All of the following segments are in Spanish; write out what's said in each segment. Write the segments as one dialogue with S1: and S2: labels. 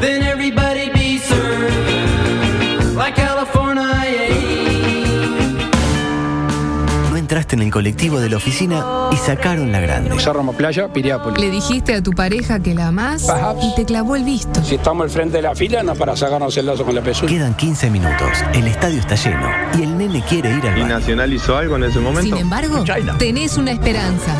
S1: Then everybody be served like California.
S2: No entraste en el colectivo de la oficina y sacaron la grande.
S3: Cerro Playa, Piriápolis.
S4: Le dijiste a tu pareja que la amás
S3: Perhaps.
S4: y te clavó el visto.
S3: Si estamos al frente de la fila, no para sacarnos el lazo con la pezuña.
S2: Quedan 15 minutos, el estadio está lleno y el nene quiere ir al
S5: ¿Y
S2: baño.
S5: Nacional hizo algo en ese
S4: Sin
S5: momento?
S4: embargo, tenés una esperanza.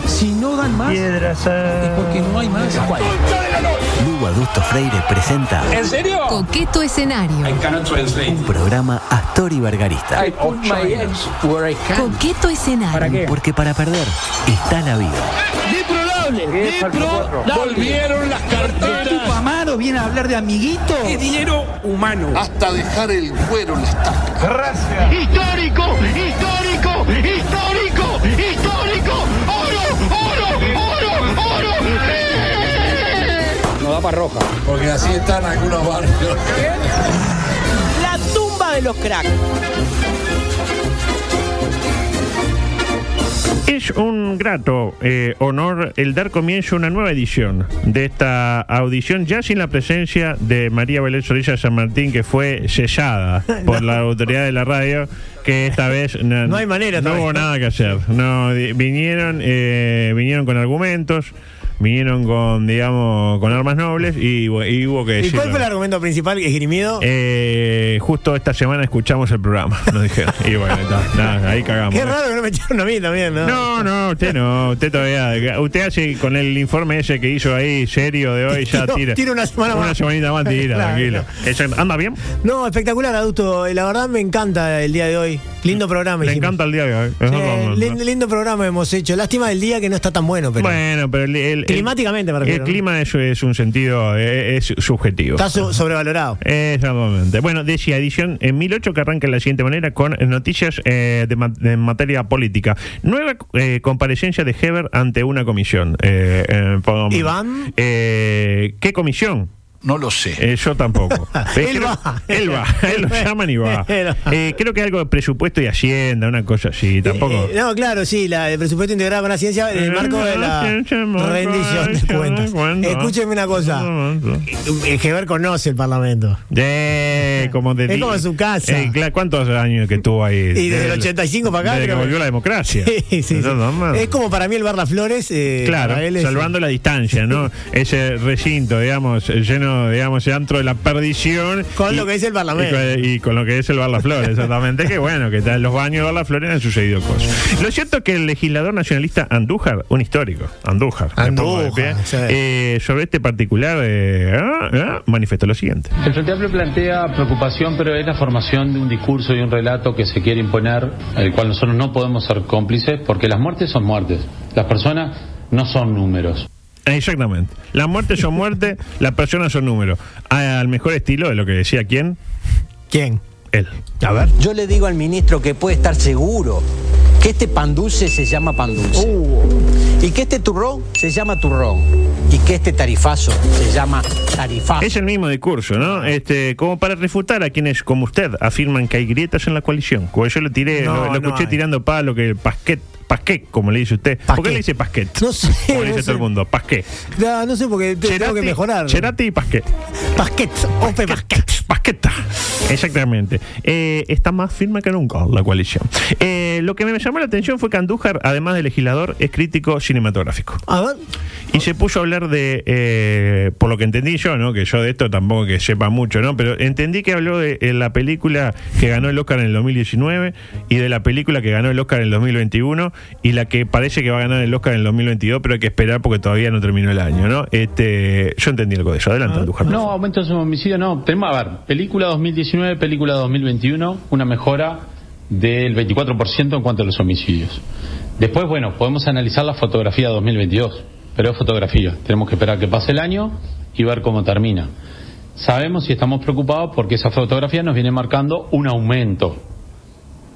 S2: Lugo Adusto Freire presenta
S3: ¿En serio?
S4: Coqueto escenario.
S3: cannot translate.
S2: un programa Astor y Bargarista.
S3: put my eggs where I can.
S4: Coqueto escenario.
S2: Porque para perder está la vida.
S3: Volvieron las carteras.
S6: Amaro viene a hablar de amiguito.
S3: Dinero humano.
S7: hasta dejar el cuero en la estaca.
S8: histórico, histórico, histórico, histórico, oro, oro, oro, oro. ¡Eh!
S3: Nos da para roja.
S7: Porque así están algunos barrios.
S6: La tumba de los cracks.
S9: Es un grato eh, honor el dar comienzo a una nueva edición de esta audición, ya sin la presencia de María Belén Sorilla San Martín, que fue sellada por la autoridad de la radio, que esta vez no,
S10: No hay manera,
S9: no
S10: tal
S9: hubo
S10: vez, ¿no?
S9: nada que hacer. No, di- vinieron, eh, vinieron con argumentos, vinieron con, digamos, con armas nobles y, bu- y hubo que
S10: ¿Y
S9: decirlo.
S10: cuál fue el argumento principal esgrimido?
S9: Eh, justo esta semana escuchamos el programa, nos dijeron. Y bueno, está, nada, ahí cagamos.
S10: Qué raro que no me echaron a mí también, ¿no?
S9: No, no, usted no, usted todavía. Usted hace con el informe ese que hizo ahí, serio de hoy, ya
S10: Tiro-
S9: tira.
S10: tiro una semana
S9: Una
S10: más.
S9: semanita más tira,
S10: Claro,
S9: tranquilo. Eso, ¿Anda bien?
S10: No, espectacular, Adusto. Eh, La verdad me encanta el día de hoy. Lindo programa.
S9: Le
S10: hicimos.
S9: encanta el día de hoy.
S10: Sí, lin- lindo programa hemos hecho. Lástima del día que no está tan bueno, pero
S9: Bueno, pero el, el-
S10: Climáticamente, me
S9: el, el
S10: refiero, ¿no?
S9: clima es, es un sentido, eh, es, subjetivo.
S10: está so- sobrevalorado.
S9: Exactamente. Bueno, decía edición en 1008 que arranca de la siguiente manera con noticias eh, de, ma- en materia política. Nueva eh, comparecencia de Heber ante una comisión. Eh, eh, por-
S10: Iván.
S9: Eh, ¿Qué comisión?
S7: No lo sé.
S9: Eh, yo tampoco. Eh,
S10: Él
S9: creo-
S10: va.
S9: Él va. Él lo llaman y va.
S10: Él va.
S9: Eh, creo que algo de presupuesto y hacienda, una cosa así. Tampoco.
S10: Eh, eh, no, claro, sí, la, el presupuesto integrado para la ciencia en el marco de la rendición de cuentas. Escúcheme una cosa. Eh, Geber conoce el Parlamento.
S9: Eh, como te
S10: Es
S9: digo.
S10: como su casa.
S9: Eh, claro, ¿Cuántos años que estuvo ahí?
S10: Y desde el 85 para acá,
S9: Desde que
S10: creo que-
S9: volvió la democracia.
S10: Sí, sí, sí.
S9: Eso no, man.
S10: Es como para mí el Bar Las Flores. eh,
S9: Claro,
S10: para él es-
S9: salvando la distancia, ¿no? Ese recinto, digamos, lleno, digamos, ese antro de la perdición.
S10: Con lo que dice el Parlamento.
S9: Y con, y con lo que es el Bar La Flor, exactamente. que bueno, que está en los baños de Bar La Flor han sucedido cosas. Lo cierto es que el legislador nacionalista Andújar, un histórico, Andújar, me pongo de
S10: Andújar,
S9: pie,
S10: sí.
S9: eh, sobre este particular, eh, ah, ah, manifestó lo siguiente.
S11: El Frente Amplio plantea preocupación, pero es la formación de un discurso y un relato que se quiere imponer, el cual nosotros no podemos ser cómplices, porque las muertes son muertes. Las personas no son números.
S9: Exactamente. Las muertes son muertes, las personas son números. Al mejor estilo de lo que decía quién,
S10: ¿Quién?
S9: él. A ver.
S6: Yo le digo al ministro que puede estar seguro que este pan dulce se llama pan dulce. Y que este turrón se llama turrón. Y que este tarifazo se llama tarifazo.
S9: Es el mismo discurso, ¿no?
S10: Ah.
S9: Este, como para refutar a quienes, como usted, afirman que hay grietas en la coalición. Como yo lo tiré,
S10: No,
S9: lo, lo
S10: no
S9: escuché
S10: hay.
S9: tirando palo que pasquet, pasquet, como le dice usted. ¿Por qué
S10: Pasquet.
S9: le dice pasquet?
S10: No sé,
S9: Como le
S10: no
S9: dice todo
S10: sé.
S9: el mundo, pasquet.
S10: No, no sé porque te- tengo que mejorar.
S9: Cherati y pasquet.
S10: Pasquet, Ope Pasquet.
S9: Pasqueta. Exactamente. Eh, está más firme que nunca la coalición. Eh, lo que me llamó la atención fue que Andújar, además de legislador, es crítico cinematográfico.
S10: A ver,
S9: Y se puso a hablar de, eh, por lo que entendí yo, ¿no? Que yo de esto tampoco que sepa mucho, ¿no? Pero entendí que habló de, eh, la película que ganó el Oscar en el 2019 y de la película que ganó el Oscar en el 2021 y la que parece que va a ganar el Oscar en el 2022, pero hay que esperar porque todavía no terminó el año, ¿no? Este, yo entendí algo de eso. Adelante, Andújar.
S11: No, aumentos en homicidio, no. Tenemos, a ver, película 2019, película 2021, una mejora del 24% en cuanto a los homicidios. Después, bueno, podemos analizar la fotografía 2022, pero es fotografía. Tenemos que esperar que pase el año y ver cómo termina. Sabemos y estamos preocupados porque esa fotografía nos viene marcando un aumento.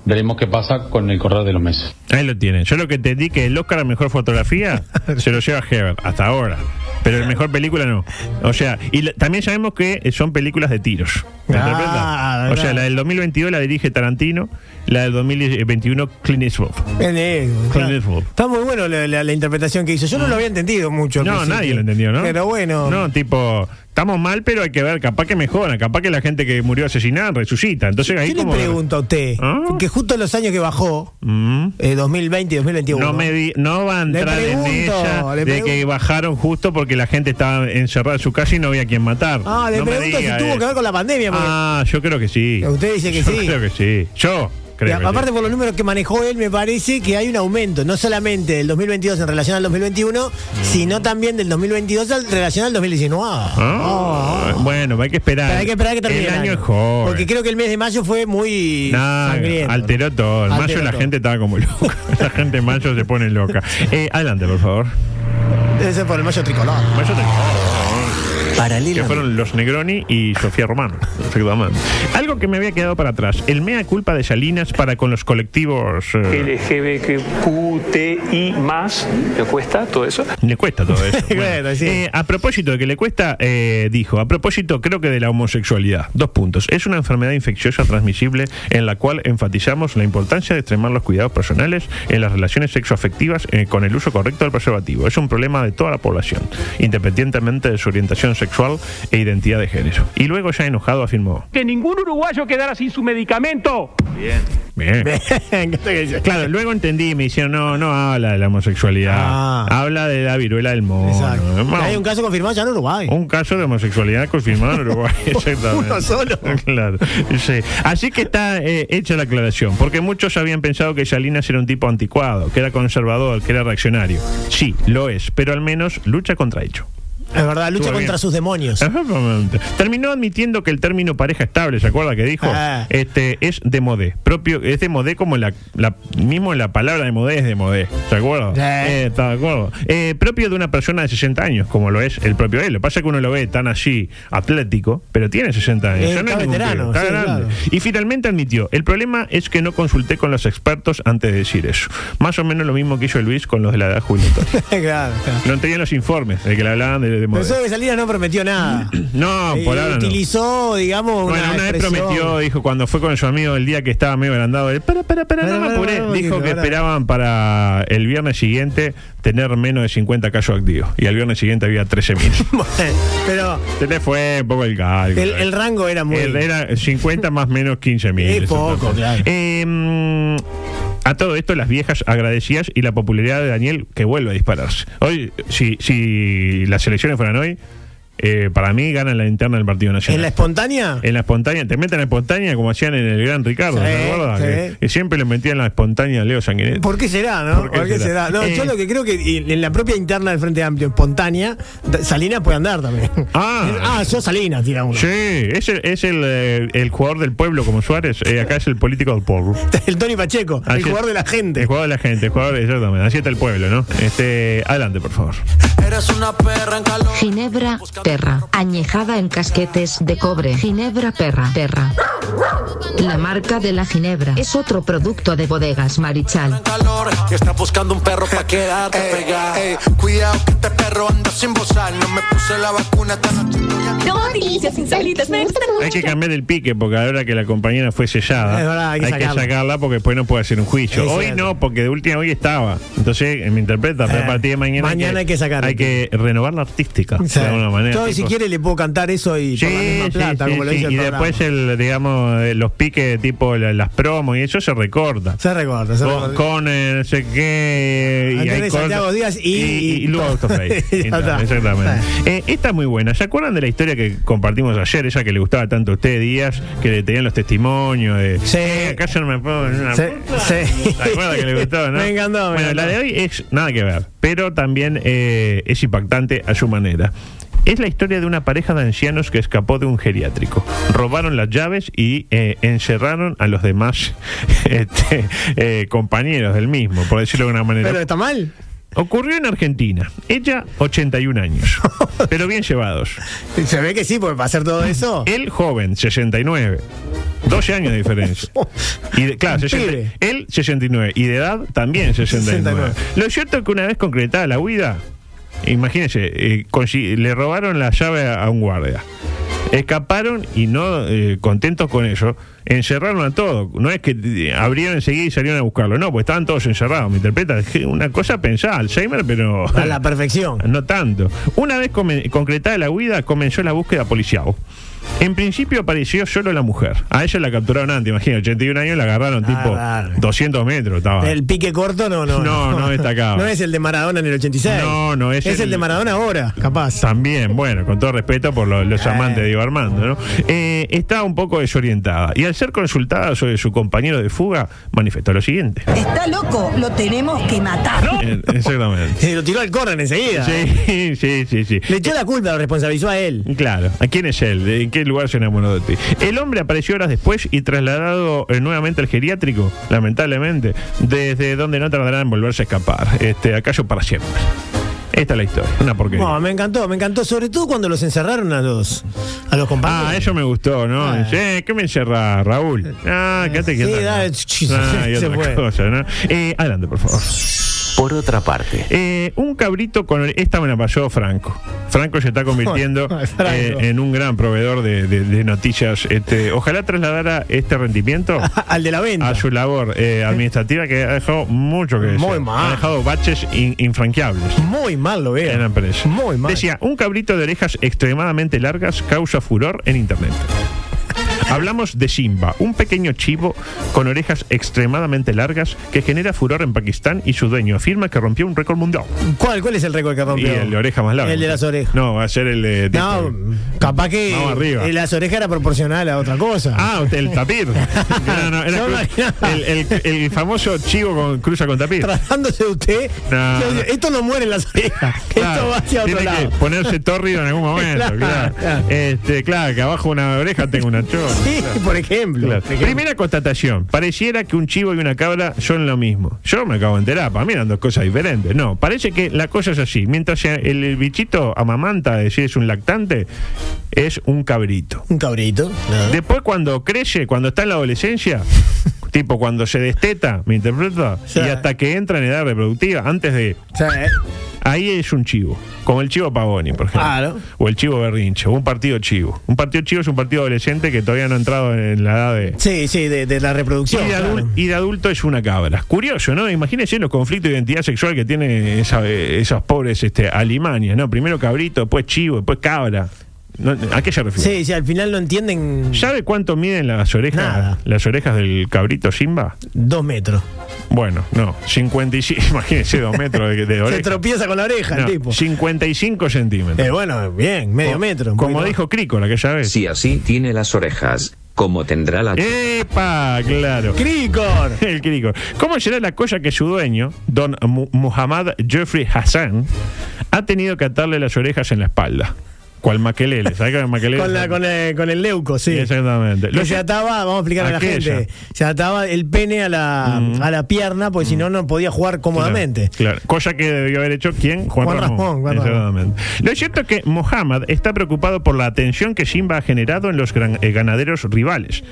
S11: Veremos qué pasa con el correr de los meses.
S9: Ahí lo tienen. Yo lo que entendí que el Oscar a mejor fotografía se lo lleva Heber, hasta ahora. Pero el mejor película no. O sea, y la- también sabemos que eh, son películas de tiros. ¿Me
S10: Ah,
S9: interpreta? O sea,
S10: verdad.
S9: la del 2022 la dirige Tarantino, la del 2021 Clint Eastwood.
S10: En eso, Eh, claro.
S9: Eastwood.
S10: Está muy bueno la, la- la interpretación que hizo. Yo no lo había entendido mucho. al
S9: No,
S10: principio.
S9: nadie lo entendió, ¿no?
S10: Pero bueno.
S9: No, tipo, estamos mal, pero hay que ver, capaz que mejoran, capaz que la gente que murió asesinada resucita. Entonces ahí
S10: Yo le
S9: como...
S10: pregunto a usted,
S9: ¿Ah?
S10: que justo en los años que bajó,
S9: Mm.
S10: eh, 2020 y 2021.
S9: No, me di- no va a
S10: Le
S9: entrar en
S10: pregunto,
S9: ella
S10: le
S9: de que
S10: pregun-
S9: bajaron justo porque la gente estaba encerrada en su casa y no había quien matar.
S10: Ah, le
S9: No me
S10: pregunto si
S9: diga
S10: tuvo
S9: eso.
S10: que ver con la pandemia. porque-
S9: Ah, yo creo que sí.
S10: Usted dice que
S9: Yo
S10: sí.
S9: creo que sí. Yo
S10: Y
S9: creo. que
S10: aparte
S9: sí.
S10: por los números que manejó él, me parece que hay un aumento, no solamente del 2022 en relación al 2021, sino también del 2022 en relación al 2019.
S9: Ah, Bueno, hay que esperar.
S10: Pero hay que esperar que termine.
S9: El año es joven.
S10: Porque creo que el mes de mayo fue muy
S9: Nah,
S10: sangriento.
S9: alteró todo. En
S10: Alteró
S9: mayo la
S10: todo.
S9: gente estaba como loca. La gente en mayo se pone loca. Eh, adelante, por favor.
S10: Debe ser por el mayo tricolor.
S9: Mayo Que
S2: Paralelo.
S9: fueron los Negroni y Sofía Romano. Exactamente. Algo que me había quedado para atrás. El mea culpa de Salinas para con los colectivos. eh,
S5: LGBTQTI más, me cuesta todo eso.
S9: le cuesta todo eso.
S10: Bueno, sí.
S9: eh, a propósito de que le cuesta, eh, dijo, a propósito creo que de la homosexualidad. Dos puntos. Es una enfermedad infecciosa transmisible en la cual enfatizamos la importancia de extremar los cuidados personales en las relaciones sexoafectivas eh, con el uso correcto del preservativo. Es un problema de toda la población, independientemente de su orientación sexual e identidad de género. Y luego ya enojado afirmó.
S5: Que ningún uruguayo quedara sin su medicamento.
S9: Bien. Claro, luego entendí y me dijeron, no, no habla de la homosexualidad,
S10: Ah.
S9: habla de la viruela del mono.
S10: Exacto.
S9: Vamos.
S10: Hay un caso confirmado ya en Uruguay.
S9: Un caso de homosexualidad confirmado en Uruguay. Exactamente.
S10: Uno solo.
S9: Claro. Sí. Así que está eh, hecha la aclaración, porque muchos habían pensado que Salinas era un tipo anticuado, que era conservador, que era reaccionario. Sí, lo es, pero al menos lucha contra hecho.
S10: Es verdad, lucha
S9: Estuvo
S10: contra
S9: bien.
S10: sus demonios.
S9: Exactamente. Terminó admitiendo que el término pareja estable, ¿se acuerda que dijo?
S10: Ah.
S9: Este es de modé, propio, es de modé como la, la mismo la palabra de modé es de modé, ¿se acuerda?
S10: Sí.
S9: Eh, está de acuerdo. Eh, propio de una persona de 60 años, como lo es el propio él. Lo que pasa es que uno lo ve tan así, atlético, pero tiene 60 años.
S10: Eh,
S9: ya no
S10: está
S9: es ningún
S10: veterano,
S9: pibe, está
S10: sí,
S9: grande.
S10: claro.
S9: Y finalmente admitió, el problema es que no consulté con los expertos antes de decir eso. Más o menos lo mismo que hizo Luis con los de la edad jubilatoria.
S10: claro, claro.
S9: no tenían los informes de que le hablaban de, de
S10: Pero
S9: modé.
S10: eso de Salinas no prometió nada.
S9: No,
S10: Eh,
S9: por ahora no.
S10: Utilizó, digamos, una,
S9: Bueno, una vez
S10: expresión.
S9: prometió, dijo, cuando fue con su amigo el día que estaba medio agrandado, él, para, para, para, no
S10: Para,
S9: me
S10: para,
S9: apuré.
S10: para, para,
S9: Dijo que
S10: para.
S9: esperaban para el viernes siguiente tener menos de 50 casos activos. Y al viernes siguiente había 13.000.
S10: Bueno, Pero
S9: Se le fue un poco el cálculo.
S10: el, el rango era muy...
S9: El- Era 50 más menos 15.000.
S10: Es poco,
S9: exactamente.
S10: claro.
S9: Eh, mm, a todo esto, las viejas agradecidas y la popularidad de Daniel que vuelve a dispararse. Hoy, si, si las elecciones fueran hoy, eh, para mí ganan la interna del Partido Nacional.
S10: ¿En la espontánea?
S9: En la espontánea, te meten en la espontánea como hacían en el Gran Ricardo,
S10: Sí,
S9: ¿te acuerdas?
S10: sí.
S9: Que, que siempre le metían en la espontánea a Leo Sanguinetti.
S10: ¿Por qué será, no? ¿Por qué, será? No,
S9: Eh,
S10: yo lo que creo que en en la propia interna del Frente Amplio, espontánea, da- Salinas puede andar también.
S9: Ah.
S10: yo Salinas, tira uno.
S9: Sí, es el, es el, eh, el jugador del pueblo como Suárez, eh, acá es el político del pueblo.
S10: El Tony Pacheco,
S9: Así
S10: el
S9: es.
S10: jugador de la gente.
S9: El jugador de la gente, el jugador exactamente. Así está el pueblo, ¿no? Este, adelante, por favor.
S12: Ginebra, perra, añejada en casquetes de cobre. Ginebra perra, perra. La marca de la ginebra es otro producto de bodegas Marichal.
S8: cuidado que este perro anda sin bozar. No me puse la vacuna esta noche.
S4: sin salidas, me gusta
S9: Hay que cambiar el pique porque ahora que la compañera fue sellada,
S10: Es verdad, hay que sacarla.
S9: porque después no puede hacer un juicio.
S10: Es
S9: hoy
S10: cierto.
S9: no, porque de última hoy estaba. Entonces, eh, me interpreta, pero
S10: Eh,
S9: a partir de mañana.
S10: mañana hay que sacarla.
S9: Hay que renovar la artística
S10: O sea,
S9: de alguna manera.
S10: yo, si
S9: tipo-
S10: quiere le puedo cantar eso y
S9: Sí,
S10: por la misma
S9: sí,
S10: plata,
S9: sí,
S10: como lo
S9: sí.
S10: dice el
S9: y
S10: programa.
S9: después el digamos eh, los piques tipo la- las promos y eso se recorta
S10: Se recorta, se
S9: con,
S10: recorta.
S9: con eh, no sé qué
S10: Antonio
S9: hay
S10: Santiago
S9: cortes.
S10: Díaz y-
S9: y, y luego Autoplay
S10: Ya está.
S9: exactamente Eh, esta es muy buena ¿se acuerdan de la historia que compartimos ayer esa que le gustaba tanto a usted Díaz que le tenían los testimonios de
S10: Sí.
S9: "Eh, acá yo no me puedo en una
S10: Sí,
S9: puta"?
S10: sí.
S9: ¿Se acuerdan que le gustó, no?
S10: Me encantó, me
S9: bueno la
S10: encantó.
S9: de hoy es nada que ver pero también eh, es impactante a su manera es la historia de una pareja de ancianos que escapó de un geriátrico. Robaron las llaves y eh, encerraron a los demás este, eh, compañeros del mismo, por decirlo de una manera.
S10: Pero está mal.
S9: Ocurrió en Argentina. Ella, 81 años, pero bien llevados.
S10: Se ve que sí, porque para hacer todo eso.
S9: Él, joven, 69. 12 años de diferencia. Y de- claro,
S10: Un
S9: 60
S10: pibe.
S9: él 69. Y de edad también 69.
S10: 69.
S9: Lo cierto es que una vez concretada la huida, imagínense, eh, consi- le robaron la llave a, a un guardia. Escaparon y no eh, contentos con eso, encerraron a todos. No es que eh, abrieron enseguida y salieron a buscarlo, no, pues estaban todos encerrados. Me interpreta, Es que una cosa pensada, Alzheimer, pero.
S10: A la perfección.
S9: No tanto. Una vez come- concretada la huida, comenzó la búsqueda policial. En principio apareció solo la mujer. A ella la capturaron antes, imagino, 81 años, la agarraron tipo
S10: claro.
S9: 200 metros. Estaba.
S10: Ah, El pique corto no, no.
S9: No, no destacaba.
S10: No es el de Maradona en el 86.
S9: No, no, es
S10: Es el,
S9: el-
S10: de Maradona ahora, capaz.
S9: También, bueno, con todo respeto por lo- los amantes de Diego Armando, ¿no? Eh, estaba un poco desorientada y al ser consultada sobre su compañero de fuga, manifestó lo siguiente.
S4: Está loco, lo tenemos que matar.
S9: Eh, exactamente.
S10: Se lo tiró al corren enseguida.
S9: Sí, sí, sí, sí.
S10: Le echó la culpa, lo responsabilizó a él.
S9: Claro, ¿a quién es él? ¿De- ¿En qué lugar se enamoró de ti? El hombre apareció horas después y trasladado eh, nuevamente al geriátrico, lamentablemente, desde donde no tardará en volverse a escapar. Este, acaso para siempre. Esta es la historia, una porquería. Ah,
S10: No, me encantó, me encantó, sobre todo cuando los encerraron a los, a los compañeros.
S9: Ah, eso me gustó, ¿no?
S10: Ah.
S9: Eh, ¿Qué me encerra, Raúl? Ah, quédate
S10: Sí,
S9: quieto.
S10: dale,
S9: Ah, y
S10: se
S9: otra
S10: fue.
S9: cosa, ¿no? Eh, adelante, por favor.
S2: Por otra parte,
S9: Eh, un cabrito con... ore- Esta me la pasó Franco. Franco se está convirtiendo
S10: Franco.
S9: eh, en un gran proveedor de, de- de noticias. Este, ojalá trasladara este rendimiento
S10: Al de la venta.
S9: a su labor eh, administrativa que ha dejado mucho que
S10: Muy
S9: desear.
S10: mal.
S9: Ha dejado baches in- infranqueables.
S10: Muy mal lo
S9: En la
S10: veo.
S9: empresa.
S10: Muy mal.
S9: Decía, un cabrito de orejas extremadamente largas causa furor en internet. Hablamos de Simba, un pequeño chivo con orejas extremadamente largas que genera furor en Pakistán y su dueño afirma que rompió un récord mundial.
S10: ¿Cuál, ¿Cuál es el récord que
S9: Y
S10: rompió?
S9: el de oreja más larga.
S10: El de las orejas.
S9: No, va a ser el de... este-
S10: No, capaz que
S9: Vamos arriba.
S10: eh, las orejas era proporcional a otra cosa.
S9: Ah, el tapir. No, no, era
S10: Yo
S9: cru-
S10: imaginaba.
S9: el, el- el famoso chivo con, cruza con tapir.
S10: Tratándose de usted,
S9: No.
S10: yo digo, esto no muere en las orejas, esto
S9: Claro,
S10: va hacia otro
S9: tiene
S10: lado.
S9: que ponerse tórrido en algún momento.
S10: Claro,
S9: claro,
S10: claro.
S9: Este, claro, que abajo una oreja tengo una chorra.
S10: Sí,
S9: claro.
S10: por ejemplo.
S9: Claro.
S10: por ejemplo.
S9: Primera constatación, pareciera que un chivo y una cabra son lo mismo. Yo me acabo de enterar, para mí eran dos cosas diferentes. No, parece que la cosa es así. Mientras el, el bichito amamanta, es decir, es un lactante, es un cabrito.
S10: Un cabrito. nada.
S9: Después cuando crece, cuando está en la adolescencia, tipo cuando se desteta, me interpreta,
S10: Sí.
S9: y hasta que entra en edad reproductiva, antes de...
S10: O sea, eh,
S9: Ahí es un chivo, como el chivo Pavoni, por ejemplo.
S10: Claro.
S9: O el chivo Berrinche, o un partido chivo. Un partido chivo es un partido adolescente que todavía no ha entrado en la edad de...
S10: sí, Eh, sí, de, de la
S9: Y
S10: reproducción.
S9: de,
S10: claro.
S9: adul- y de adulto es una cabra. Curioso, ¿no? Imagínense los conflictos de identidad sexual que tienen esa- eh, esos pobres este, alimañas, ¿no? Primero cabrito, después chivo, después cabra. No, ¿A qué se refiere?
S10: Sí, sí, al final no entienden
S9: ¿Sabe cuánto miden las orejas?
S10: Nada.
S9: Las orejas del cabrito Simba.
S10: dos metros.
S9: Bueno, no, 55, imagínense dos metros de, de
S10: Se
S9: oreja.
S10: tropieza con la oreja
S9: No,
S10: el tipo.
S9: 55 centímetros.
S10: Eh, bueno, bien, medio metro. un
S9: Como
S10: poquito
S9: dijo Crícola, que ya ves.
S13: Si así tiene las orejas, como tendrá la...
S9: ¡Epa! Claro.
S10: más. ¡Cricor!
S9: El crico. ¿Cómo será la cosa que su dueño, don Mu- Muhammad Jeffrey Hassan, ha tenido que atarle las orejas en la espalda? Cual maquelele, ¿sabes qué maquelele?
S10: Con, la- con el, con el leuco, sí.
S9: Exactamente.
S10: Que se ataba, vamos a explicar a la
S9: Aquella.
S10: gente, se ataba el pene a la, a la pierna, porque si no, no podía jugar cómodamente.
S9: Claro, claro. cosa que debió haber hecho quién? Juan,
S10: Juan
S9: Ramón.
S10: Ramón, Juan Ramón.
S9: Exactamente. Lo cierto es que Mohamed está preocupado por la atención que Simba ha generado en los gran- eh, ganaderos rivales.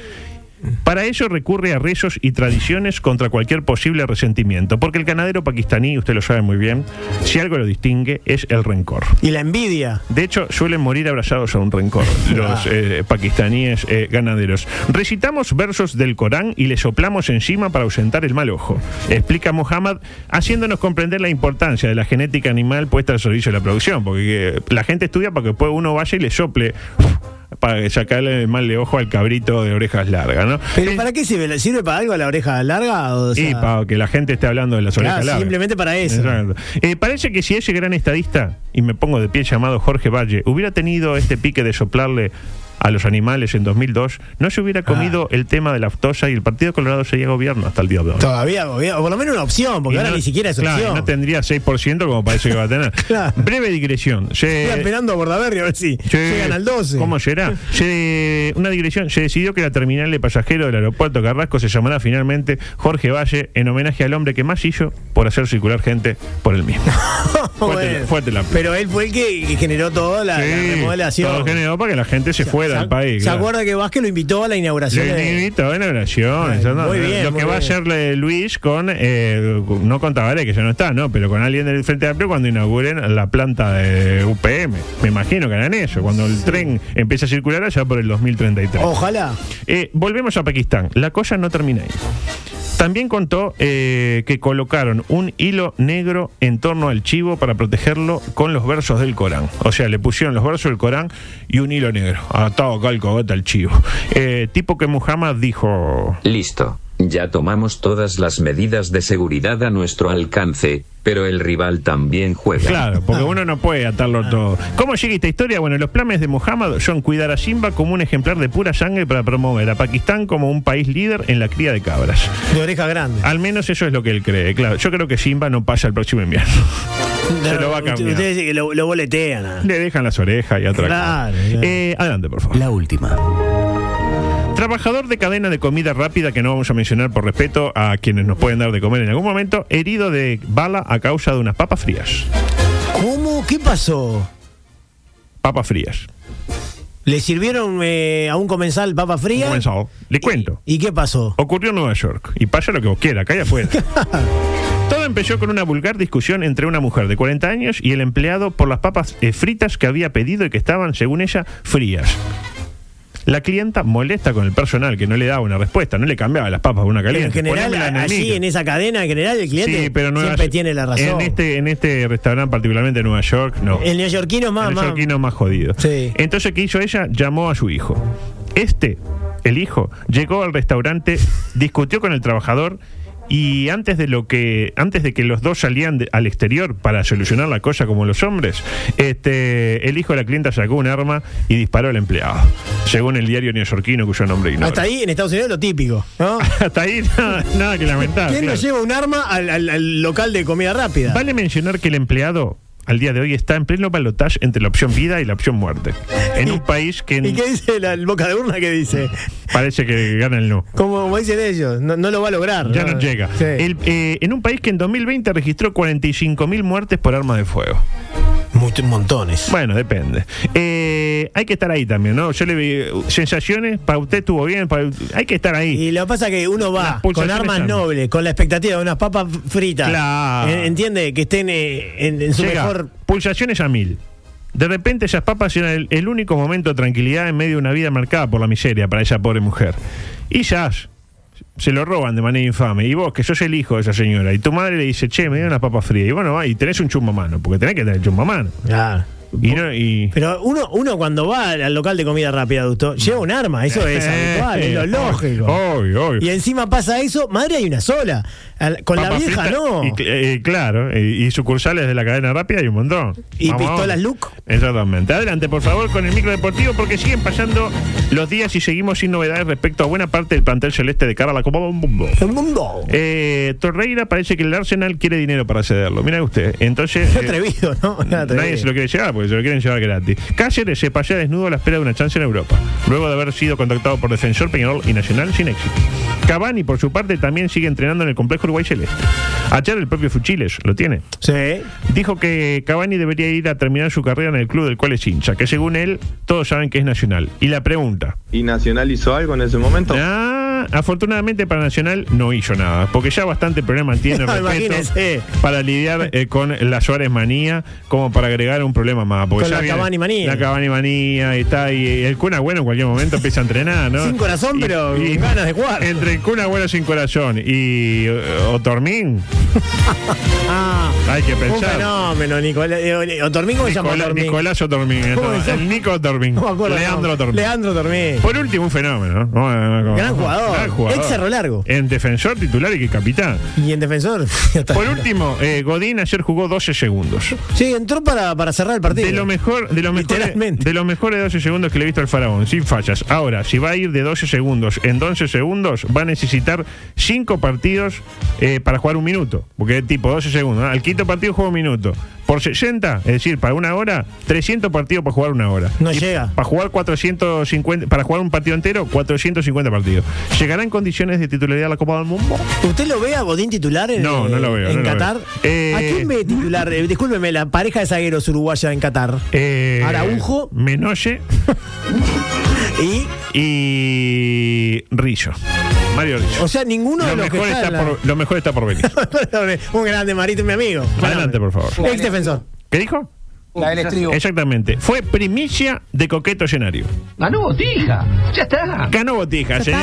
S9: Para eso recurre a rezos y tradiciones contra cualquier posible resentimiento, porque el ganadero pakistaní, usted lo sabe muy bien, si algo lo distingue es el rencor.
S10: Y la envidia.
S9: De hecho, suelen morir abrazados a un rencor los
S10: Ah.
S9: eh, pakistaníes eh, ganaderos. Recitamos versos del Corán y le soplamos encima para ausentar el mal ojo, explica Mohammad, haciéndonos comprender la importancia de la genética animal puesta al servicio de la producción, porque eh, la gente estudia para que después uno vaya y le sople para sacarle el mal de ojo al cabrito de orejas largas, ¿no?
S10: ¿Pero para qué sirve? ¿Sirve para algo a la oreja larga? O sea,
S9: Y para que la gente esté hablando de las
S10: Claro,
S9: orejas largas.
S10: simplemente para eso.
S9: Exacto. Eh, parece que si ese gran estadista, y me pongo de pie llamado Jorge Valle, hubiera tenido este pique de soplarle a los animales en 2002, no se
S10: Ah.
S9: hubiera comido el tema de la aftosa y el Partido Colorado sería gobierno hasta el día de hoy.
S10: Todavía, todavía, o por lo menos una opción, porque
S9: Y
S10: ahora
S9: no-
S10: ni siquiera es
S9: claro, y
S10: opción.
S9: no tendría 6% como parece que va a tener.
S10: Claro.
S9: Breve digresión. Se-
S10: Estoy esperando a Bordaberry a ver si
S9: se-
S10: llegan al 12.
S9: ¿Cómo será? Se- una digresión. Se decidió que la terminal de pasajeros del aeropuerto Carrasco se llamará finalmente Jorge Valle en homenaje al hombre que más hizo por hacer circular gente por el mismo.
S10: Bueno,
S9: fuerte la- fuerte la-
S10: Pero él fue el que que generó toda la, la
S9: Sí,
S10: remodelación.
S9: todo generó para que la gente se fuera Claro, al país.
S10: ¿Se
S9: claro.
S10: acuerda que Vázquez lo invitó a la inauguración?
S9: Lo
S10: de-
S9: invitó en la oración.
S10: Ay,
S9: eso no-
S10: muy bien,
S9: lo
S10: muy
S9: que va a
S10: bien.
S9: hacer eh, Luis con, eh, no con Tabaré, que ya no está, ¿no? Pero con alguien del Frente Amplio cuando inauguren la planta de UPM. Me imagino que harán eso, cuando el tren empiece a circular allá por el 2033.
S10: Ojalá.
S9: Eh, volvemos a Pakistán. La cosa no termina ahí. También contó eh, que colocaron un hilo negro en torno al chivo para protegerlo con los versos del Corán. O sea, le pusieron los versos del Corán y un hilo negro. Atado acá el cogote al chivo. Eh, tipo que Muhammad dijo...
S13: Listo. Ya tomamos todas las medidas de seguridad a nuestro alcance, pero el rival también juega.
S9: Claro, porque uno no puede atarlo todo.
S10: Ah.
S9: ¿Cómo llega esta historia? Bueno, los planes de Muhammad son cuidar a Simba como un ejemplar de pura sangre para promover a Pakistán como un país líder en la cría de cabras.
S10: De oreja grande.
S9: Al menos eso es lo que él cree, claro. Yo creo que Simba no pasa el próximo invierno. Se lo va a cambiar.
S10: Ustedes dicen que lo, lo boletean. ah.
S9: Le dejan las orejas y atrás.
S10: Claro, claro.
S9: adelante, por favor.
S2: La última.
S9: Trabajador de cadena de comida rápida, que no vamos a mencionar por respeto a quienes nos pueden dar de comer en algún momento, herido de bala a causa de unas papas frías.
S10: ¿Cómo? ¿Qué pasó?
S9: Papas frías.
S10: ¿Le sirvieron eh, a un comensal papa fría?
S9: Comenzado. Le cuento.
S10: ¿Y qué pasó?
S9: Ocurrió en Nueva York. Y pasa lo que vos quieras, acá y afuera. Todo empezó con una vulgar discusión entre una mujer de 40 años y el empleado por las papas eh, fritas que había pedido y que estaban, según ella, frías. La clienta molesta con el personal que no le daba una respuesta, no le cambiaba las papas por una
S10: En
S9: caliente.
S10: general,
S9: ponémela el
S10: allí
S9: micro.
S10: en esa cadena, en general, el cliente
S9: Sí, pero Nueva
S10: siempre
S9: York-
S10: tiene la razón.
S9: En este, en este restaurante, particularmente en Nueva York, no.
S10: El neoyorquino es más,
S9: El
S10: más.
S9: neoyorquino más jodido.
S10: Sí.
S9: Entonces, ¿qué hizo ella? Llamó a su hijo. Este, el hijo, llegó al restaurante, discutió con el trabajador y antes de lo que antes de que los dos salían de- al exterior para solucionar la cosa como los hombres, este, el hijo de la clienta sacó un arma y disparó al empleado, según el diario neoyorquino cuyo nombre ignoro.
S10: Hasta ahí, en Estados Unidos, lo típico. ¿no?
S9: Hasta ahí nada, nada que lamentar.
S10: ¿Quién
S9: claro.
S10: nos lleva un arma al, al- al local de comida rápida?
S9: Vale mencionar que el empleado al día de hoy está en pleno balotaje entre la opción vida y la opción muerte. En un país que
S10: ¿Y qué dice la, el boca de urna que dice?
S9: parece que gana el no.
S10: Como, como dicen ellos, no, no lo va a lograr.
S9: Ya no llega.
S10: Ah, Sí.
S9: El- eh, en un país que en 2020 registró 45.000 muertes por armas de fuego.
S10: Muchos montones.
S9: Bueno, depende. Eh, hay que estar ahí también, ¿no? Yo le vi sensaciones, para usted estuvo bien, para- hay que estar ahí.
S10: Y lo que pasa es que uno va
S9: Las
S10: con
S9: pulsaciones
S10: armas
S9: están.
S10: nobles, con la expectativa de unas papas fritas.
S9: Claro.
S10: En- Entiende que estén eh, en, en su
S9: Llega,
S10: mejor.
S9: pulsaciones a mil. De repente esas papas eran el, el único momento de tranquilidad en medio de una vida marcada por la miseria para esa pobre mujer. Y ya se lo roban de manera infame. Y vos, que sos el hijo de esa señora, y tu madre le dice, che, me dieron las papas frías. Y bueno, va, y tenés un chumbamano, porque tenés que tener chumbamano.
S10: Claro.
S9: Y no, y...
S10: Pero uno, uno cuando va al local de comida rápida, Augusto, lleva un arma, eso es
S9: Eh,
S10: habitual, es lo
S9: eh,
S10: lógico.
S9: Obvio, obvio.
S10: Y encima pasa eso, madre hay una sola. Al- Con la
S9: Papas
S10: vieja
S9: fritas,
S10: no.
S9: Y, cl- eh, claro, y, y sucursales de la cadena rápida hay un montón.
S10: Y pistolas Luke.
S9: Exactamente. Adelante, por favor, con el micro deportivo, porque siguen pasando los días y seguimos sin novedades respecto a buena parte del plantel celeste de cara a la Copa Mundo.
S10: El mundo.
S9: Eh, Torreira parece que el Arsenal quiere dinero para cederlo. Mira usted. Entonces.
S10: Qué
S9: eh,
S10: atrevido, ¿no? Qué
S9: Nadie
S10: atrevido.
S9: se lo quiere llevar porque se lo quieren llevar gratis. Cáceres se pasea desnudo a la espera de una chance en Europa, luego de haber sido contactado por Defensor, Peñarol y Nacional sin éxito. Cavani, por su parte, también sigue entrenando en el complejo Uruguay Celeste. Ayer el propio Fuchiles lo tiene.
S10: Sí.
S9: Dijo que Cavani debería ir a terminar su carrera en el club del cual es hincha, que según él, todos saben que es nacional. Y la pregunta.
S14: ¿Y Nacional hizo algo en ese momento?
S9: Ah, afortunadamente para Nacional no hizo nada, porque ya bastante problema tiene respeto
S10: Imagínese.
S9: para lidiar eh, con la Suárez manía como para agregar un problema más. Porque
S10: Con
S9: ya
S10: la
S9: viene
S10: Cavani manía.
S9: La Cavani manía y está y el Kun Agüero en cualquier momento empieza a entrenar, ¿no?
S10: Sin corazón, pero con ganas de jugar.
S9: Entre el Kun Agüero sin corazón y eh, Otormín,
S10: Ah,
S9: hay que
S10: un
S9: pensar.
S10: fenómeno, Nicolás. eh, Otormín, ¿cómo se llama
S9: Nicolás,
S10: Otormín?
S9: Nicolás Otormín,
S10: ¿Cómo se llama?
S9: el Nico Otormín,
S10: No me acuerdo.
S9: Leandro
S10: no.
S9: Otormín.
S10: Leandro Otormín.
S9: Por último, un fenómeno. ¿no? No, no, no,
S10: Gran
S9: no.
S10: jugador. Ex Cerro Largo.
S9: En defensor titular y que capitán.
S10: Y en defensor.
S9: Por último, eh, Godín ayer jugó 12 segundos.
S10: Sí, entró para, para cerrar el partido.
S9: De lo mejor, de los mejores,
S10: Literalmente.
S9: de los mejores 12 segundos que le he visto al faraón, sin fallas. Ahora, si va a ir de 12 segundos en 11 segundos, va a necesitar 5 partidos eh, para jugar un minuto. Porque es tipo 12 segundos. ¿no? Al quinto partido juega un minuto. Por 60, es decir, para una hora, 300 partidos para jugar una hora.
S10: No llega.
S9: Para jugar 450, para jugar un partido entero, 450 partidos. ¿Llegará en condiciones de titularidad a la Copa del Mundo?
S10: ¿Usted lo ve a Godín titular en,
S9: No, no lo veo,
S10: en
S9: no lo
S10: Qatar?
S9: veo. Eh,
S10: ¿A quién ve titular? Eh, discúlpeme, la pareja de zagueros uruguaya en Qatar.
S9: Eh,
S10: Araujo.
S9: Menoye.
S10: ¿Y?
S9: Y Rillo. Mario Rillo.
S10: O sea, ninguno
S9: lo
S10: de los
S9: mejor
S10: que
S9: está
S10: en la-
S9: por, Lo mejor está por venir.
S10: Un grande marito, mi amigo.
S9: Adelante, por favor.
S10: Ex defensor.
S9: ¿Qué dijo?
S10: La del estribo.
S9: Exactamente. Fue primicia de Coqueto Llenario.
S15: Ganó Botija. Ya está.
S9: Ganó Botija, señor.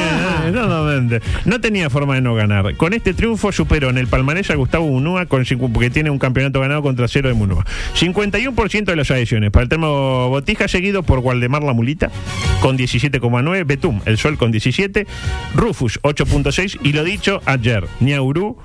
S9: Exactamente. No tenía forma de no ganar. Con este triunfo superó en el palmarés a Gustavo Munúa, con cincu- porque tiene un campeonato ganado contra cero de Munúa. 51% de las adhesiones para el termo Botija, seguido por Waldemar La Mulita, con 17,9. Betum, El Sol, con 17. Rufus, 8,6. Y lo dicho ayer, Niaurú,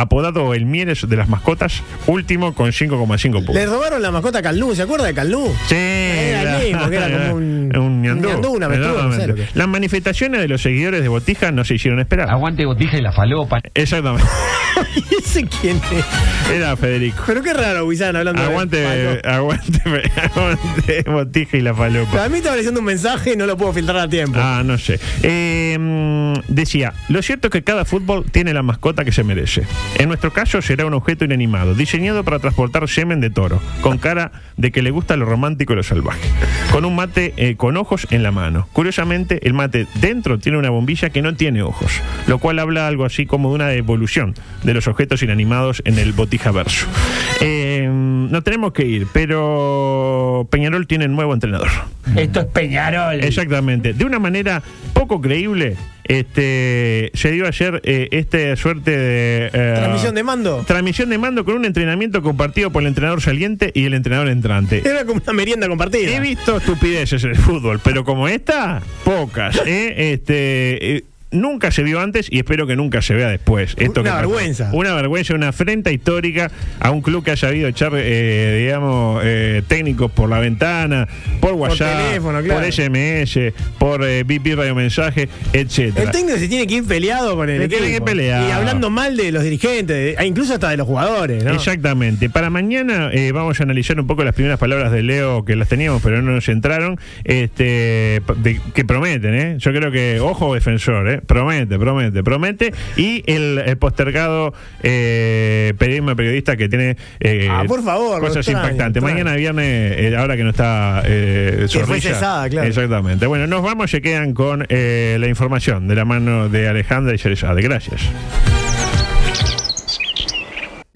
S9: apodado el Mieres de las mascotas, último con 5,5 puntos.
S10: Le robaron la mascota a Calnú, ¿se acuerda de Calnú?
S9: Sí,
S10: Era el mismo, que era como un-
S9: un ñandú.
S10: un ñandú, una avestruz, no sé
S9: Exactamente.
S10: lo que es. Ah.
S9: Las manifestaciones de los seguidores de Botija no se hicieron esperar.
S15: Aguante Botija y la falopa.
S9: Exactamente.
S10: ¿Y ese quién es?
S9: Era Federico.
S10: Pero qué raro, Guisán, hablando
S9: Aguante,
S10: de...
S9: aguante, aguante Botija y la falopa.
S10: A mí estaba leyendo un mensaje y no lo puedo filtrar a tiempo.
S9: Ah, no sé. Eh, mm, decía, lo cierto es que cada fútbol tiene la mascota que se merece. En nuestro caso será un objeto inanimado, diseñado para transportar semen de toro, con cara de que le gusta lo romántico y lo salvaje, con un mate eh, con ojos en la mano. Curiosamente, el mate dentro tiene una bombilla que no tiene ojos, lo cual habla algo así como de una evolución de los objetos inanimados en el botija verso. no tenemos que ir, pero Peñarol tiene nuevo entrenador.
S15: Esto es Peñarol.
S9: Exactamente. De una manera poco creíble, este, se dio ayer eh, esta suerte de... eh,
S10: Transmisión de mando.
S9: transmisión de mando con un entrenamiento compartido por el entrenador saliente y el entrenador entrante.
S10: Era como una merienda compartida.
S9: He visto estupideces en el fútbol, pero como esta, pocas. ¿eh? Este, eh, nunca se vio antes y espero que nunca se vea después. Esto
S10: Una
S9: que pasó.
S10: vergüenza.
S9: Una vergüenza, una afrenta histórica a un club que ha sabido echar, eh, digamos, eh, técnicos por la ventana, por WhatsApp, por,
S10: teléfono, claro.
S9: SMS, por eh, VIP Radio Mensaje,
S10: El
S9: etcétera.
S10: técnico se tiene que ir peleado con el
S9: Se tiene
S10: equipo.
S9: que pelear.
S10: Y hablando mal de los dirigentes, de- e incluso hasta de los jugadores, ¿no?
S9: Exactamente. Para mañana eh, vamos a analizar un poco las primeras palabras de Leo que las teníamos, pero no nos entraron. Este, p- de- que prometen, ¿eh? Yo creo que, ojo defensor, ¿eh? Promete, promete, promete. Y el, eh, postergado eh, periodismo de periodista que tiene eh,
S10: Ah, por favor,
S9: cosas
S10: extraño,
S9: impactantes.
S10: extraño.
S9: Mañana viernes, eh, ahora que no está eh,
S10: Que fue
S9: Zorrilla.
S10: cesada, claro.
S9: Exactamente. Bueno, nos vamos, se quedan con eh, la información de la mano de Alejandra y Yerezade. Gracias.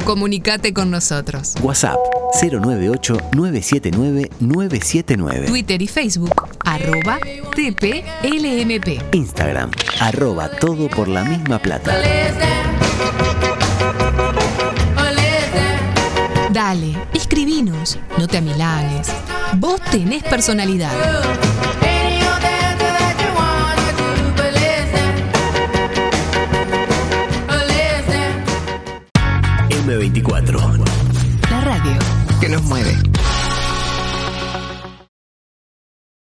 S16: Comunicate con nosotros.
S2: WhatsApp 098-979-979.
S16: Twitter y Facebook, arroba TPLMP.
S2: Instagram, arroba todo por la misma plata.
S16: Dale, escribinos, no te amilanes. Vos tenés personalidad.